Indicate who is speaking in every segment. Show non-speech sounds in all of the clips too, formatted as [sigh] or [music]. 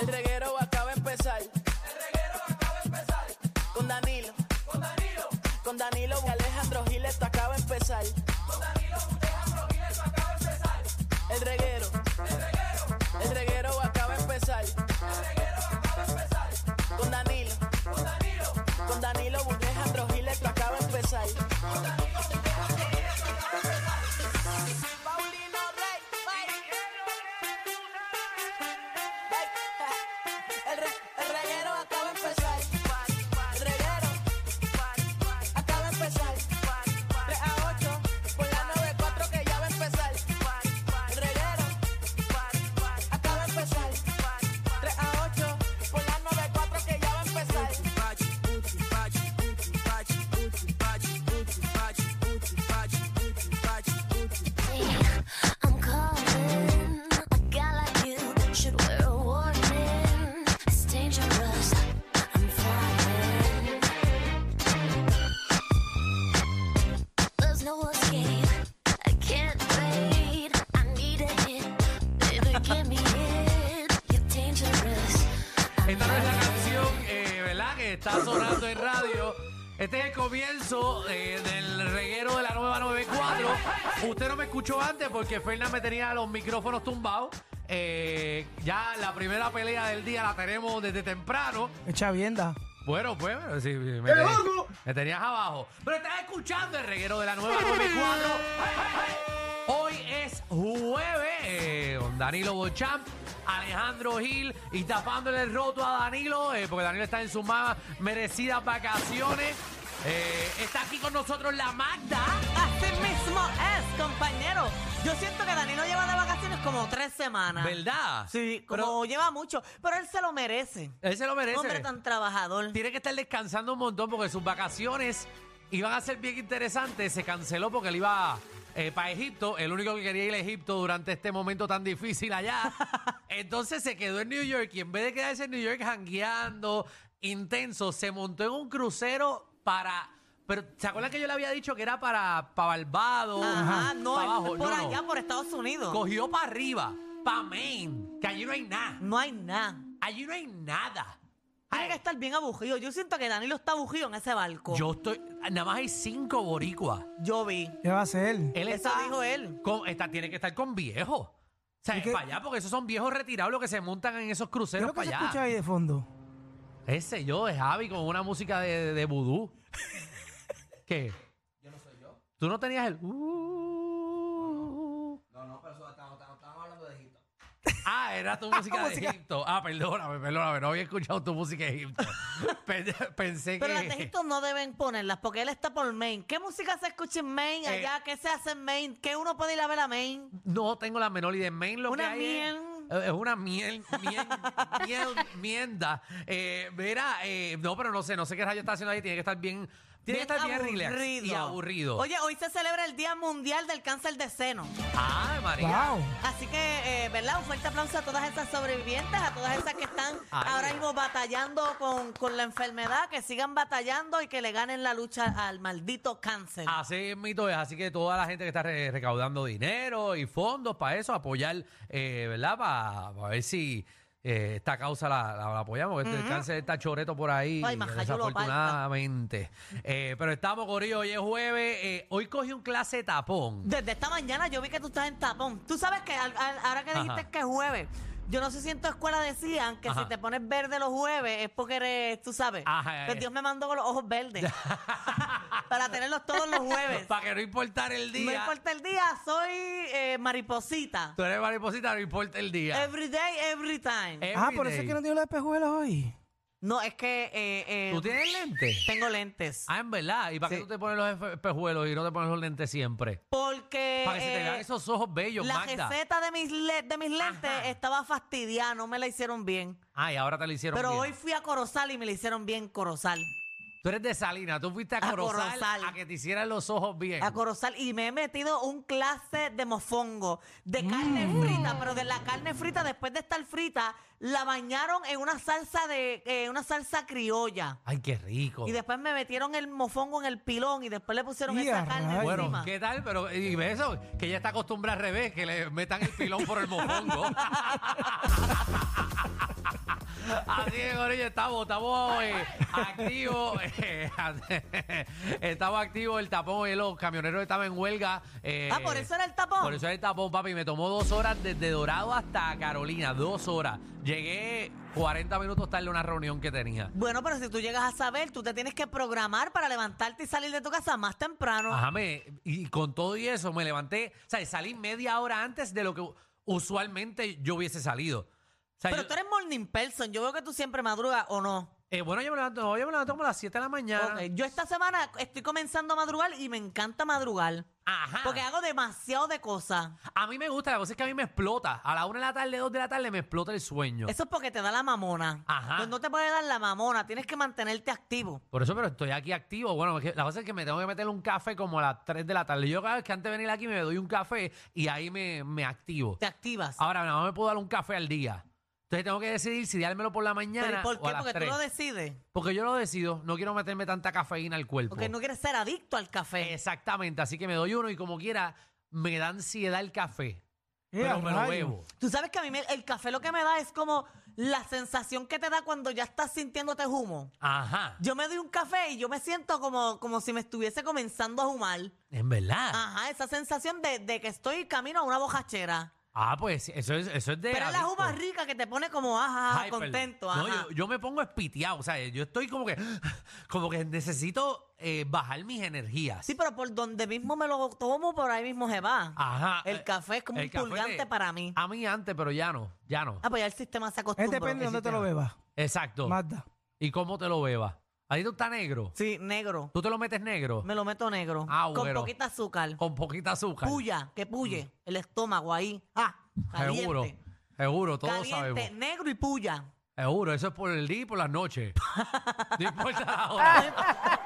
Speaker 1: El reguero acaba de empezar. El reguero acaba de empezar. Con Danilo. Con Danilo. Con Danilo y Alejandro Giles esto acaba de empezar. Con Danilo Alejandro Giles acaba de empezar. El reguero. El reguero. El reguero acaba de empezar. El reguero acaba de empezar. Con Danilo. Con Danilo. Con Danilo y Alejandro Giles esto acaba de empezar. Con Danilo Alejandro Giles acaba de empezar. Paulino Rey. El, re, el reguero acaba de empezar. El reguero acaba de empezar. 3 a 8 por la 94 que ya va a empezar. El reguero acaba de empezar. 3 a 8 por la 94 que ya va a empezar.
Speaker 2: I'm calling a guy like you should wear a warning. It's dangerous. I'm flying. There's no escape. I can't wait. I need a hit, baby. Give me it. You're dangerous.
Speaker 3: Esta no es la canción, eh, ¿verdad? Que está sonando en radio. Este es el comienzo eh, del reguero de la nueva 94. Usted no me escuchó antes porque Fernández me tenía los micrófonos tumbados. Eh, ya la primera pelea del día la tenemos desde temprano.
Speaker 4: Echa vienda.
Speaker 3: Bueno, pues, bueno, sí, sí, me, tenías, me tenías abajo. Pero estás escuchando el reguero de la nueva 94. Hoy es jueves eh, con Danilo Bochamp, Alejandro Gil y tapándole el roto a Danilo, eh, porque Danilo está en sus más merecidas vacaciones. Eh, está aquí con nosotros la Magda.
Speaker 5: Así mismo es, compañero. Yo siento que Danilo lleva de vacaciones como tres semanas.
Speaker 3: ¿Verdad?
Speaker 5: Sí, como
Speaker 3: Pero
Speaker 5: lleva mucho. Pero él se lo merece.
Speaker 3: él se lo merece.
Speaker 5: Hombre tan trabajador.
Speaker 3: Tiene que estar descansando un montón porque sus vacaciones iban a ser bien interesantes. Se canceló porque él iba para Egipto. El único que quería ir a Egipto durante este momento tan difícil allá. Entonces se quedó en New York y en vez de quedarse en New York jangueando intenso, se montó en un crucero para... Pero, ¿se acuerdan que yo le había dicho que era para, para Barbados?
Speaker 5: Ajá, no,
Speaker 3: para
Speaker 5: él
Speaker 3: abajo?
Speaker 5: por
Speaker 3: No, no.
Speaker 5: allá, por Estados Unidos.
Speaker 3: Cogió para arriba, para Maine, que allí no hay nada.
Speaker 5: No hay nada.
Speaker 3: Allí no hay nada.
Speaker 5: Tiene
Speaker 3: Ay,
Speaker 5: que estar bien abugido. Yo siento que Danilo está abugido en ese barco.
Speaker 3: Yo estoy... Nada más hay cinco boricuas.
Speaker 5: Yo vi.
Speaker 4: ¿Qué va a ser?
Speaker 3: Él
Speaker 5: Eso
Speaker 3: está
Speaker 5: dijo él.
Speaker 3: con- está- tiene que estar con viejos. O sea,
Speaker 4: ¿Y
Speaker 3: es
Speaker 4: qué-
Speaker 3: para allá, porque esos son viejos retirados los que se montan en esos
Speaker 4: ¿Qué es
Speaker 3: cruceros
Speaker 4: lo que se
Speaker 3: para allá.
Speaker 4: escucha ahí de fondo?
Speaker 3: Ese yo de Javi con una música de, de, de
Speaker 4: [laughs]
Speaker 3: vudú. ¿Qué? Yo no soy yo. Tú no tenías el. No, no, pero eso estábamos hablando de Egipto. Ah, era
Speaker 4: [laughs]
Speaker 3: tu música de
Speaker 4: Música.
Speaker 3: Egipto. Ah, perdóname, perdóname, no había escuchado tu música de
Speaker 4: [laughs]
Speaker 3: Egipto. Pen- Pensé que.
Speaker 5: Pero las de Egipto no deben ponerlas porque él está por Maine. ¿Qué música se escucha en Maine
Speaker 3: Eh.
Speaker 5: allá? ¿Qué se hace en Maine? ¿Qué uno puede ir a ver a Maine?
Speaker 3: No tengo la menor idea. En Maine lo que
Speaker 5: Una
Speaker 3: hay
Speaker 5: miel.
Speaker 3: Es, es una miel, miel,
Speaker 5: [laughs]
Speaker 3: miel, mienda. Eh, mira, eh, no, pero no sé, no sé qué rayo está haciendo ahí. Tiene que estar bien, tiene que estar bien relax y aburrido.
Speaker 5: Oye, hoy se celebra el Día Mundial del Cáncer de Seno.
Speaker 3: Ay, María.
Speaker 4: ¡Wow!
Speaker 5: Así que, eh, ¿verdad? Un fuerte aplauso a todas esas sobrevivientes, a todas esas que están
Speaker 3: [laughs] Ay.
Speaker 5: ahora mismo batallando con, con la enfermedad, que sigan batallando y que le ganen la lucha al maldito cáncer.
Speaker 3: Así mito es, así que toda la gente que está re- recaudando dinero y fondos para eso, apoyar, eh, ¿verdad? Para ver si eh, esta causa la, la- la apoyamos. porque El cáncer está choreto por ahí,
Speaker 5: Ay, maja, yo lo parta.
Speaker 3: desafortunadamente. Eh, pero estamos, Corillo, hoy es jueves. eh, hoy cogí un clase tapón.
Speaker 5: Desde esta mañana yo vi que tú estás en tapón. Tú sabes que al- al- ahora que dijiste
Speaker 3: Ajá.
Speaker 5: que es jueves, yo no sé si en tu escuela decían que
Speaker 3: Ajá.
Speaker 5: si te pones verde los jueves es porque eres, tú sabes,
Speaker 3: Ajá,
Speaker 5: pues
Speaker 3: eh.
Speaker 5: Dios me mandó con los
Speaker 3: [laughs]
Speaker 5: ojos verdes para tenerlos todos los jueves.
Speaker 3: Para que no importara el día.
Speaker 5: No importa el día, soy eh, mariposita.
Speaker 3: Tú eres mariposita, no importa el día. Eh.
Speaker 5: Every day, every time.
Speaker 3: Every
Speaker 4: Ah, por eso
Speaker 3: day.
Speaker 4: es que no tiene los espejuelos hoy.
Speaker 5: No, es que. eh, eh,
Speaker 3: ¿Tú tienes lentes?
Speaker 5: Tengo lentes.
Speaker 3: Ah, en verdad. ¿Y para
Speaker 5: Sí.
Speaker 3: qué tú te pones los espe- espejuelos y no te pones los lentes siempre?
Speaker 5: Porque.
Speaker 3: para que se te vean
Speaker 5: eh,
Speaker 3: esos ojos bellos,
Speaker 5: la
Speaker 3: Magda.
Speaker 5: receta de mis, le- de mis lentes
Speaker 3: Ajá.
Speaker 5: estaba fastidiada, no me la hicieron bien.
Speaker 3: Ay, Ah, ahora te lo hicieron
Speaker 5: Pero
Speaker 3: bien.
Speaker 5: hoy fui a Corozal y me la hicieron bien Corozal.
Speaker 3: Tú eres de Salina, tú fuiste a
Speaker 5: A
Speaker 3: Corozal a,
Speaker 5: Corozal.
Speaker 3: que te hicieran los ojos bien.
Speaker 5: A Corozal. Y me he metido un clase de mofongo, de
Speaker 3: Mm.
Speaker 5: carne frita, pero de la carne frita, después de estar frita, la bañaron en una salsa de, eh, una salsa criolla.
Speaker 3: Ay, qué rico.
Speaker 5: Y después me metieron el mofongo en el pilón y después le pusieron
Speaker 4: Y
Speaker 5: esa
Speaker 4: a
Speaker 5: carne
Speaker 4: rayos.
Speaker 3: Bueno,
Speaker 5: encima.
Speaker 3: ¿qué tal? Pero, y ve eso, que ya está acostumbrada al revés, que le metan el pilón por el mofongo.
Speaker 5: [laughs]
Speaker 3: Así que, Corillo, estamos, estamos eh, activos. eh, [laughs] estamos activos. El tapón, eh, los camioneros estaban en huelga. eh,
Speaker 5: Ah, por eso era el tapón.
Speaker 3: Por eso era el tapón, papi. Me tomó dos horas desde Dorado hasta Carolina. Dos horas. Llegué 40 minutos tarde a una reunión que tenía.
Speaker 5: Bueno, pero si tú llegas a saber, tú te tienes que programar para levantarte y salir de tu casa más temprano.
Speaker 3: Ajá, me- y con todo y eso me levanté, o sea, salí media hora antes de lo que usualmente yo hubiese salido. O sea,
Speaker 5: pero
Speaker 3: yo-
Speaker 5: tú eres morning person. Yo veo que tú siempre madrugas o no.
Speaker 3: eh, bueno, yo me levanto, no, yo me levanto como a las 7 de la mañana.
Speaker 5: Ok, Yo esta semana estoy comenzando a madrugar y me encanta madrugar.
Speaker 3: Ajá.
Speaker 5: Porque hago demasiado de cosas.
Speaker 3: a mí me gusta, la cosa es que a mí me explota. A la 1 de la tarde, 2 de la tarde me explota el sueño.
Speaker 5: Eso es porque te da la mamona.
Speaker 3: Ajá.
Speaker 5: Pues no te puede dar la mamona, tienes que mantenerte activo.
Speaker 3: Por eso, pero estoy aquí activo. Bueno, es que la cosa es que me tengo que meter un café como a las 3 de la tarde. Yo cada vez que antes de venir aquí me doy un café y ahí me, me activo.
Speaker 5: Te activas.
Speaker 3: Ahora, no me puedo dar un café al día. Entonces tengo que decidir si dármelo por la
Speaker 5: Pero ¿y
Speaker 3: mañana
Speaker 5: ¿Por
Speaker 3: o a
Speaker 5: qué?
Speaker 3: las
Speaker 5: Porque
Speaker 3: 3.
Speaker 5: tú lo decides.
Speaker 3: Porque yo lo decido, no quiero meterme tanta cafeína al cuerpo. Eh,
Speaker 5: Porque no quieres ser adicto al café.
Speaker 3: Exactamente, así que me doy uno y como quiera, me da ansiedad el café.
Speaker 4: Eh,
Speaker 3: Pero me lo
Speaker 4: rayos.
Speaker 3: bebo.
Speaker 5: Tú sabes que a mí me- el café lo que me da es como la sensación que te da cuando ya estás sintiéndote humo.
Speaker 3: Ajá.
Speaker 5: Yo me doy un café y yo me siento como, como si me estuviese comenzando a humar.
Speaker 3: En verdad. Ah,
Speaker 5: Ajá, esa sensación de, de que estoy camino a una bojachera.
Speaker 3: pues eso es, eso es de.
Speaker 5: Pero es la
Speaker 3: adicto.
Speaker 5: uva rica que te pone como ajá, ajá,
Speaker 3: Hyper.
Speaker 5: contento,
Speaker 3: No,
Speaker 5: ajá.
Speaker 3: yo, yo me pongo espiteado. O sea, yo estoy como que. [gasps] Como que necesito eh, bajar mis energías.
Speaker 5: Sí, pero por donde mismo me lo tomo, por ahí mismo se va.
Speaker 3: Ajá.
Speaker 5: El
Speaker 3: eh,
Speaker 5: café es como
Speaker 3: el
Speaker 5: un
Speaker 3: café
Speaker 5: pulgante
Speaker 3: de- Ah.
Speaker 5: para mí.
Speaker 3: A mí antes, pero ya no. Ya no.
Speaker 5: Ah, pues ya el sistema se
Speaker 4: Es
Speaker 5: acostumbra.
Speaker 4: Eh, depende de dónde te lo bebas.
Speaker 3: Exacto.
Speaker 4: Magda.
Speaker 3: ¿Y cómo te lo bebas? Ahí tú estás negro.
Speaker 5: Sí, negro.
Speaker 3: ¿Tú te lo metes negro?
Speaker 5: Me lo meto negro.
Speaker 3: Ah,
Speaker 5: Con
Speaker 3: bueno.
Speaker 5: poquita azúcar.
Speaker 3: Con poquita azúcar.
Speaker 5: Puya, que puye. El estómago ahí. Ah, caliente.
Speaker 3: Mm. Seguro, seguro, todos
Speaker 5: caliente,
Speaker 3: sabemos.
Speaker 5: negro y puya.
Speaker 3: Seguro, eso es por el día y por las
Speaker 5: [laughs]
Speaker 3: noches. No importa la hora.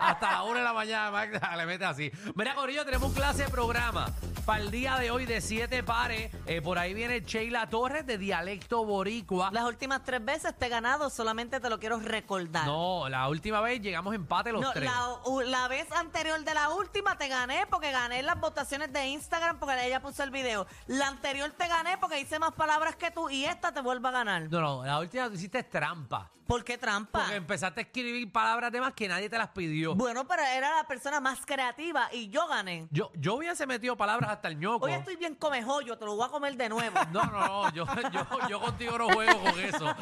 Speaker 3: Hasta la una de la mañana, Magda, le mete así. Mira, Corillo, tenemos un clase de programa para el día de hoy de siete pares. Eh, por ahí viene Sheila Torres de Dialecto Boricua.
Speaker 5: Las últimas tres veces te he ganado, solamente te lo quiero recordar.
Speaker 3: No, la última vez llegamos empate los
Speaker 5: No,
Speaker 3: tres.
Speaker 5: la, u- la vez anterior de la última te gané porque gané las votaciones de Instagram porque ella puso el video. La anterior te gané porque hice más palabras que tú y esta te vuelvo a ganar.
Speaker 3: No, no, la última tú hiciste trampa.
Speaker 5: ¿Por qué trampa?
Speaker 3: Porque empezaste a escribir palabras de más que nadie te las pidió.
Speaker 5: Bueno, pero era la persona más creativa y yo gané.
Speaker 3: Yo, yo hubiese metido palabras hasta el ñoco.
Speaker 5: Hoy estoy bien comejollo, te lo voy a comer
Speaker 3: [laughs]
Speaker 5: de nuevo.
Speaker 3: No, no, no, yo, yo, yo contigo no juego con eso.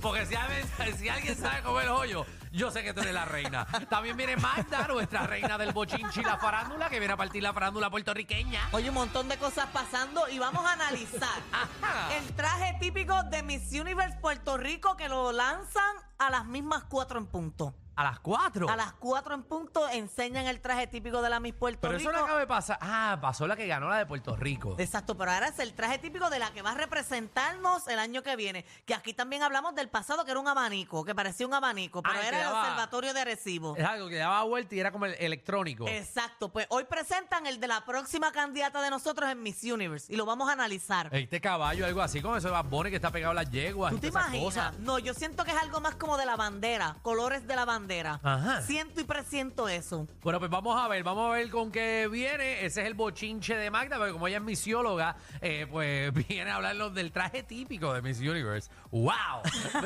Speaker 3: Porque si, alguien- si alguien sabe comer hoyo, yo sé que tú eres la reina. También viene Magda, nuestra reina del bochinchi y la farándula, que viene a partir la farándula puertorriqueña.
Speaker 5: Oye, un montón de cosas pasando y vamos a analizar
Speaker 3: [laughs] Ajá.
Speaker 5: el traje típico de Miss Universe Puerto Rico que lo lanzan a las mismas cuatro en punto.
Speaker 3: A las 4.
Speaker 5: A las 4 en punto enseñan el traje típico de la Miss Puerto
Speaker 3: Pero
Speaker 5: Rico.
Speaker 3: eso no acaba de pasar. Ah, pasó la que ganó la de Puerto Rico.
Speaker 5: Exacto, pero ahora es el traje típico de la que va a representarnos el año que viene. Que aquí también hablamos del pasado, que era un abanico, que parecía un abanico, pero
Speaker 3: Ah, que
Speaker 5: era el
Speaker 3: daba-
Speaker 5: observatorio de Arecibo.
Speaker 3: Es algo que daba vuelta y era como el electrónico.
Speaker 5: Exacto, pues hoy presentan el de la próxima candidata de nosotros en Miss Universe y lo vamos a analizar.
Speaker 3: Este caballo, algo así, como ese babone que está pegado a las yeguas.
Speaker 5: ¿Tú
Speaker 3: y
Speaker 5: te
Speaker 3: todas esas
Speaker 5: imaginas?
Speaker 3: cosas.
Speaker 5: No, yo siento que es algo más como de la bandera, colores de la bandera.
Speaker 3: Ajá.
Speaker 5: Siento y presiento eso.
Speaker 3: Bueno, pues vamos a ver, vamos a ver con qué viene. Ese es el bochinche de Magda, porque como ella es misióloga, eh, pues [laughs] viene a hablarnos del traje típico de Miss Universe. ¡Wow! [laughs]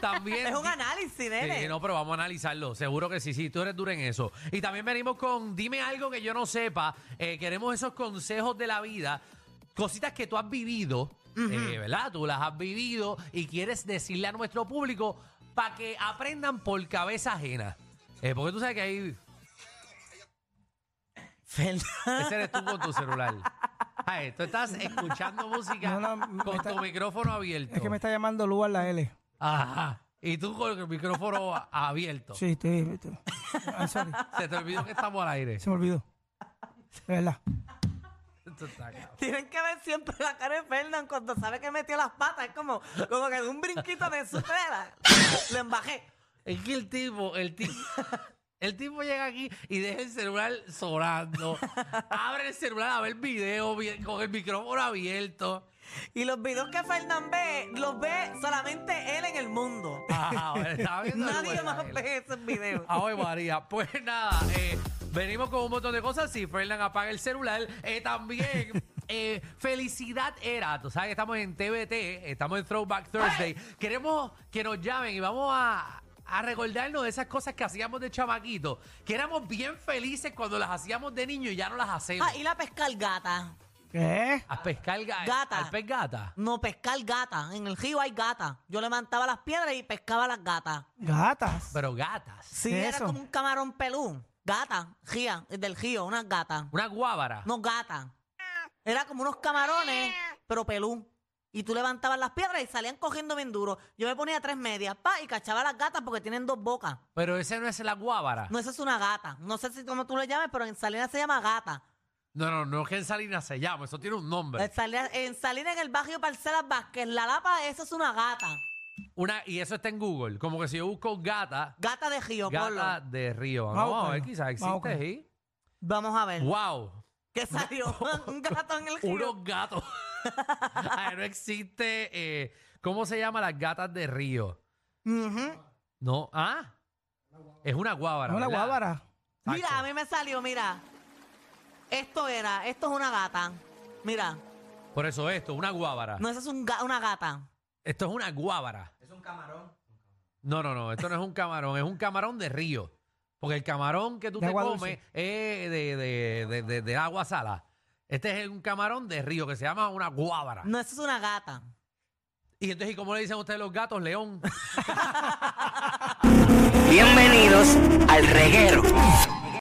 Speaker 3: También.
Speaker 5: Es un eh. análisis, nene.
Speaker 3: Sí, no, pero vamos a analizarlo. Seguro que sí, sí, tú eres dura en eso. Y también venimos con Dime algo que yo no sepa. Eh, queremos esos consejos de la vida, cositas que tú has vivido, eh, ¿verdad? Tú las has vivido y quieres decirle a nuestro público para que aprendan por cabeza ajena. Eh, porque tú sabes que ahí ese eres tú con tu celular. Ay, tú estás escuchando música
Speaker 4: No, no, me
Speaker 3: con
Speaker 4: está-
Speaker 3: tu micrófono abierto.
Speaker 4: Es que me está llamando Lu a la L.
Speaker 3: Ajá. Y tú con el micrófono a- abierto.
Speaker 4: Sí, estoy. estoy- I'm sorry.
Speaker 3: Se te olvidó que estamos al aire.
Speaker 4: Se me olvidó. De verdad.
Speaker 3: Esto está cabrón.
Speaker 5: Tienen que ver siempre la cara de Fernan cuando sabe que metió las patas. Es como, como que de un brinquito de su tela. Lo embajé.
Speaker 3: Es que el tipo, el tipo, el tipo llega aquí y deja el celular sonando. Abre el celular a ver video bien- con el micrófono abierto.
Speaker 5: Y los videos que Fernan ve, los ve solamente él en el mundo.
Speaker 3: Ajá, Ah, bueno, estaba viendo el
Speaker 5: Nadie
Speaker 3: juego,
Speaker 5: más
Speaker 3: Ángela.
Speaker 5: ve esos videos.
Speaker 3: Ay, María, pues nada, eh, venimos con un montón de cosas. Si Fernan apaga el celular, eh, también. eh, felicidad era, tú sabes que estamos en TBT, estamos en Throwback Thursday. Queremos que nos llamen y vamos a, a recordarnos de esas cosas que hacíamos de chamaquito, que éramos bien felices cuando las hacíamos de niño y ya no las hacemos.
Speaker 5: Ah, y la pescar gata.
Speaker 4: ¿Qué?
Speaker 3: A pescar ga-
Speaker 5: Gata.
Speaker 3: Al pez gata.
Speaker 5: No, pescar gata. En el río hay gata. Yo levantaba las piedras y pescaba las gatas.
Speaker 4: Gatas.
Speaker 3: Pero gatas.
Speaker 5: Sí,
Speaker 4: ¿Qué
Speaker 5: era
Speaker 4: es eso?
Speaker 5: como un camarón pelú. Gata, ría, del río, unas gatas.
Speaker 3: Una guábara.
Speaker 5: No, gata. Era como unos camarones, pero pelú. Y tú levantabas las piedras y salían cogiendo bien duro. Yo me ponía tres medias, pa, y cachaba las gatas porque tienen dos bocas.
Speaker 3: Pero ese no es la guábara.
Speaker 5: No, esa es una gata. No sé si cómo tú le llames, pero en Salinas se llama gata.
Speaker 3: No, no, no es que en Salinas se llama, eso tiene un nombre.
Speaker 5: En Salinas, en Salinas, en el barrio Parcelas Vázquez, en La Lapa, eso es una gata.
Speaker 3: Una, y eso está en Google. Como que si yo busco gata,
Speaker 5: Gata de río,
Speaker 3: gata
Speaker 5: ponlo.
Speaker 3: de río.
Speaker 4: Vamos a
Speaker 3: Vamos a ver,
Speaker 4: buscarlo.
Speaker 3: quizás
Speaker 4: Vamos a
Speaker 3: existe ahí.
Speaker 5: Vamos a ver.
Speaker 3: Wow,
Speaker 5: ¿Qué
Speaker 4: [laughs]
Speaker 5: salió? un gato en el río.
Speaker 3: unos gatos. [laughs] Ay, no existe. eh, ¿Cómo se llama las gatas de río?
Speaker 5: Ujú.
Speaker 3: No, ah, es una guábara.
Speaker 4: No, la
Speaker 3: ¿verdad?
Speaker 4: guábara.
Speaker 5: Mira, a
Speaker 3: Exacto.
Speaker 5: mí me salió, mira. Esto era, esto es una gata. Mira,
Speaker 3: Por eso esto, una guábara.
Speaker 5: no, esa es un ga- una gata.
Speaker 3: Esto es una guábara. Es un camarón. No, no, no, esto no es un camarón, es un camarón de río. Porque el camarón que tú
Speaker 4: De
Speaker 3: te
Speaker 4: agua
Speaker 3: comes
Speaker 4: dulce.
Speaker 3: es de, de- de- de- de agua sala. Este es un camarón de río que se llama una guábara.
Speaker 5: No, esa es una gata.
Speaker 3: Y entonces, ¿y cómo le dicen ustedes los gatos, León?
Speaker 6: Bienvenidos al reguero.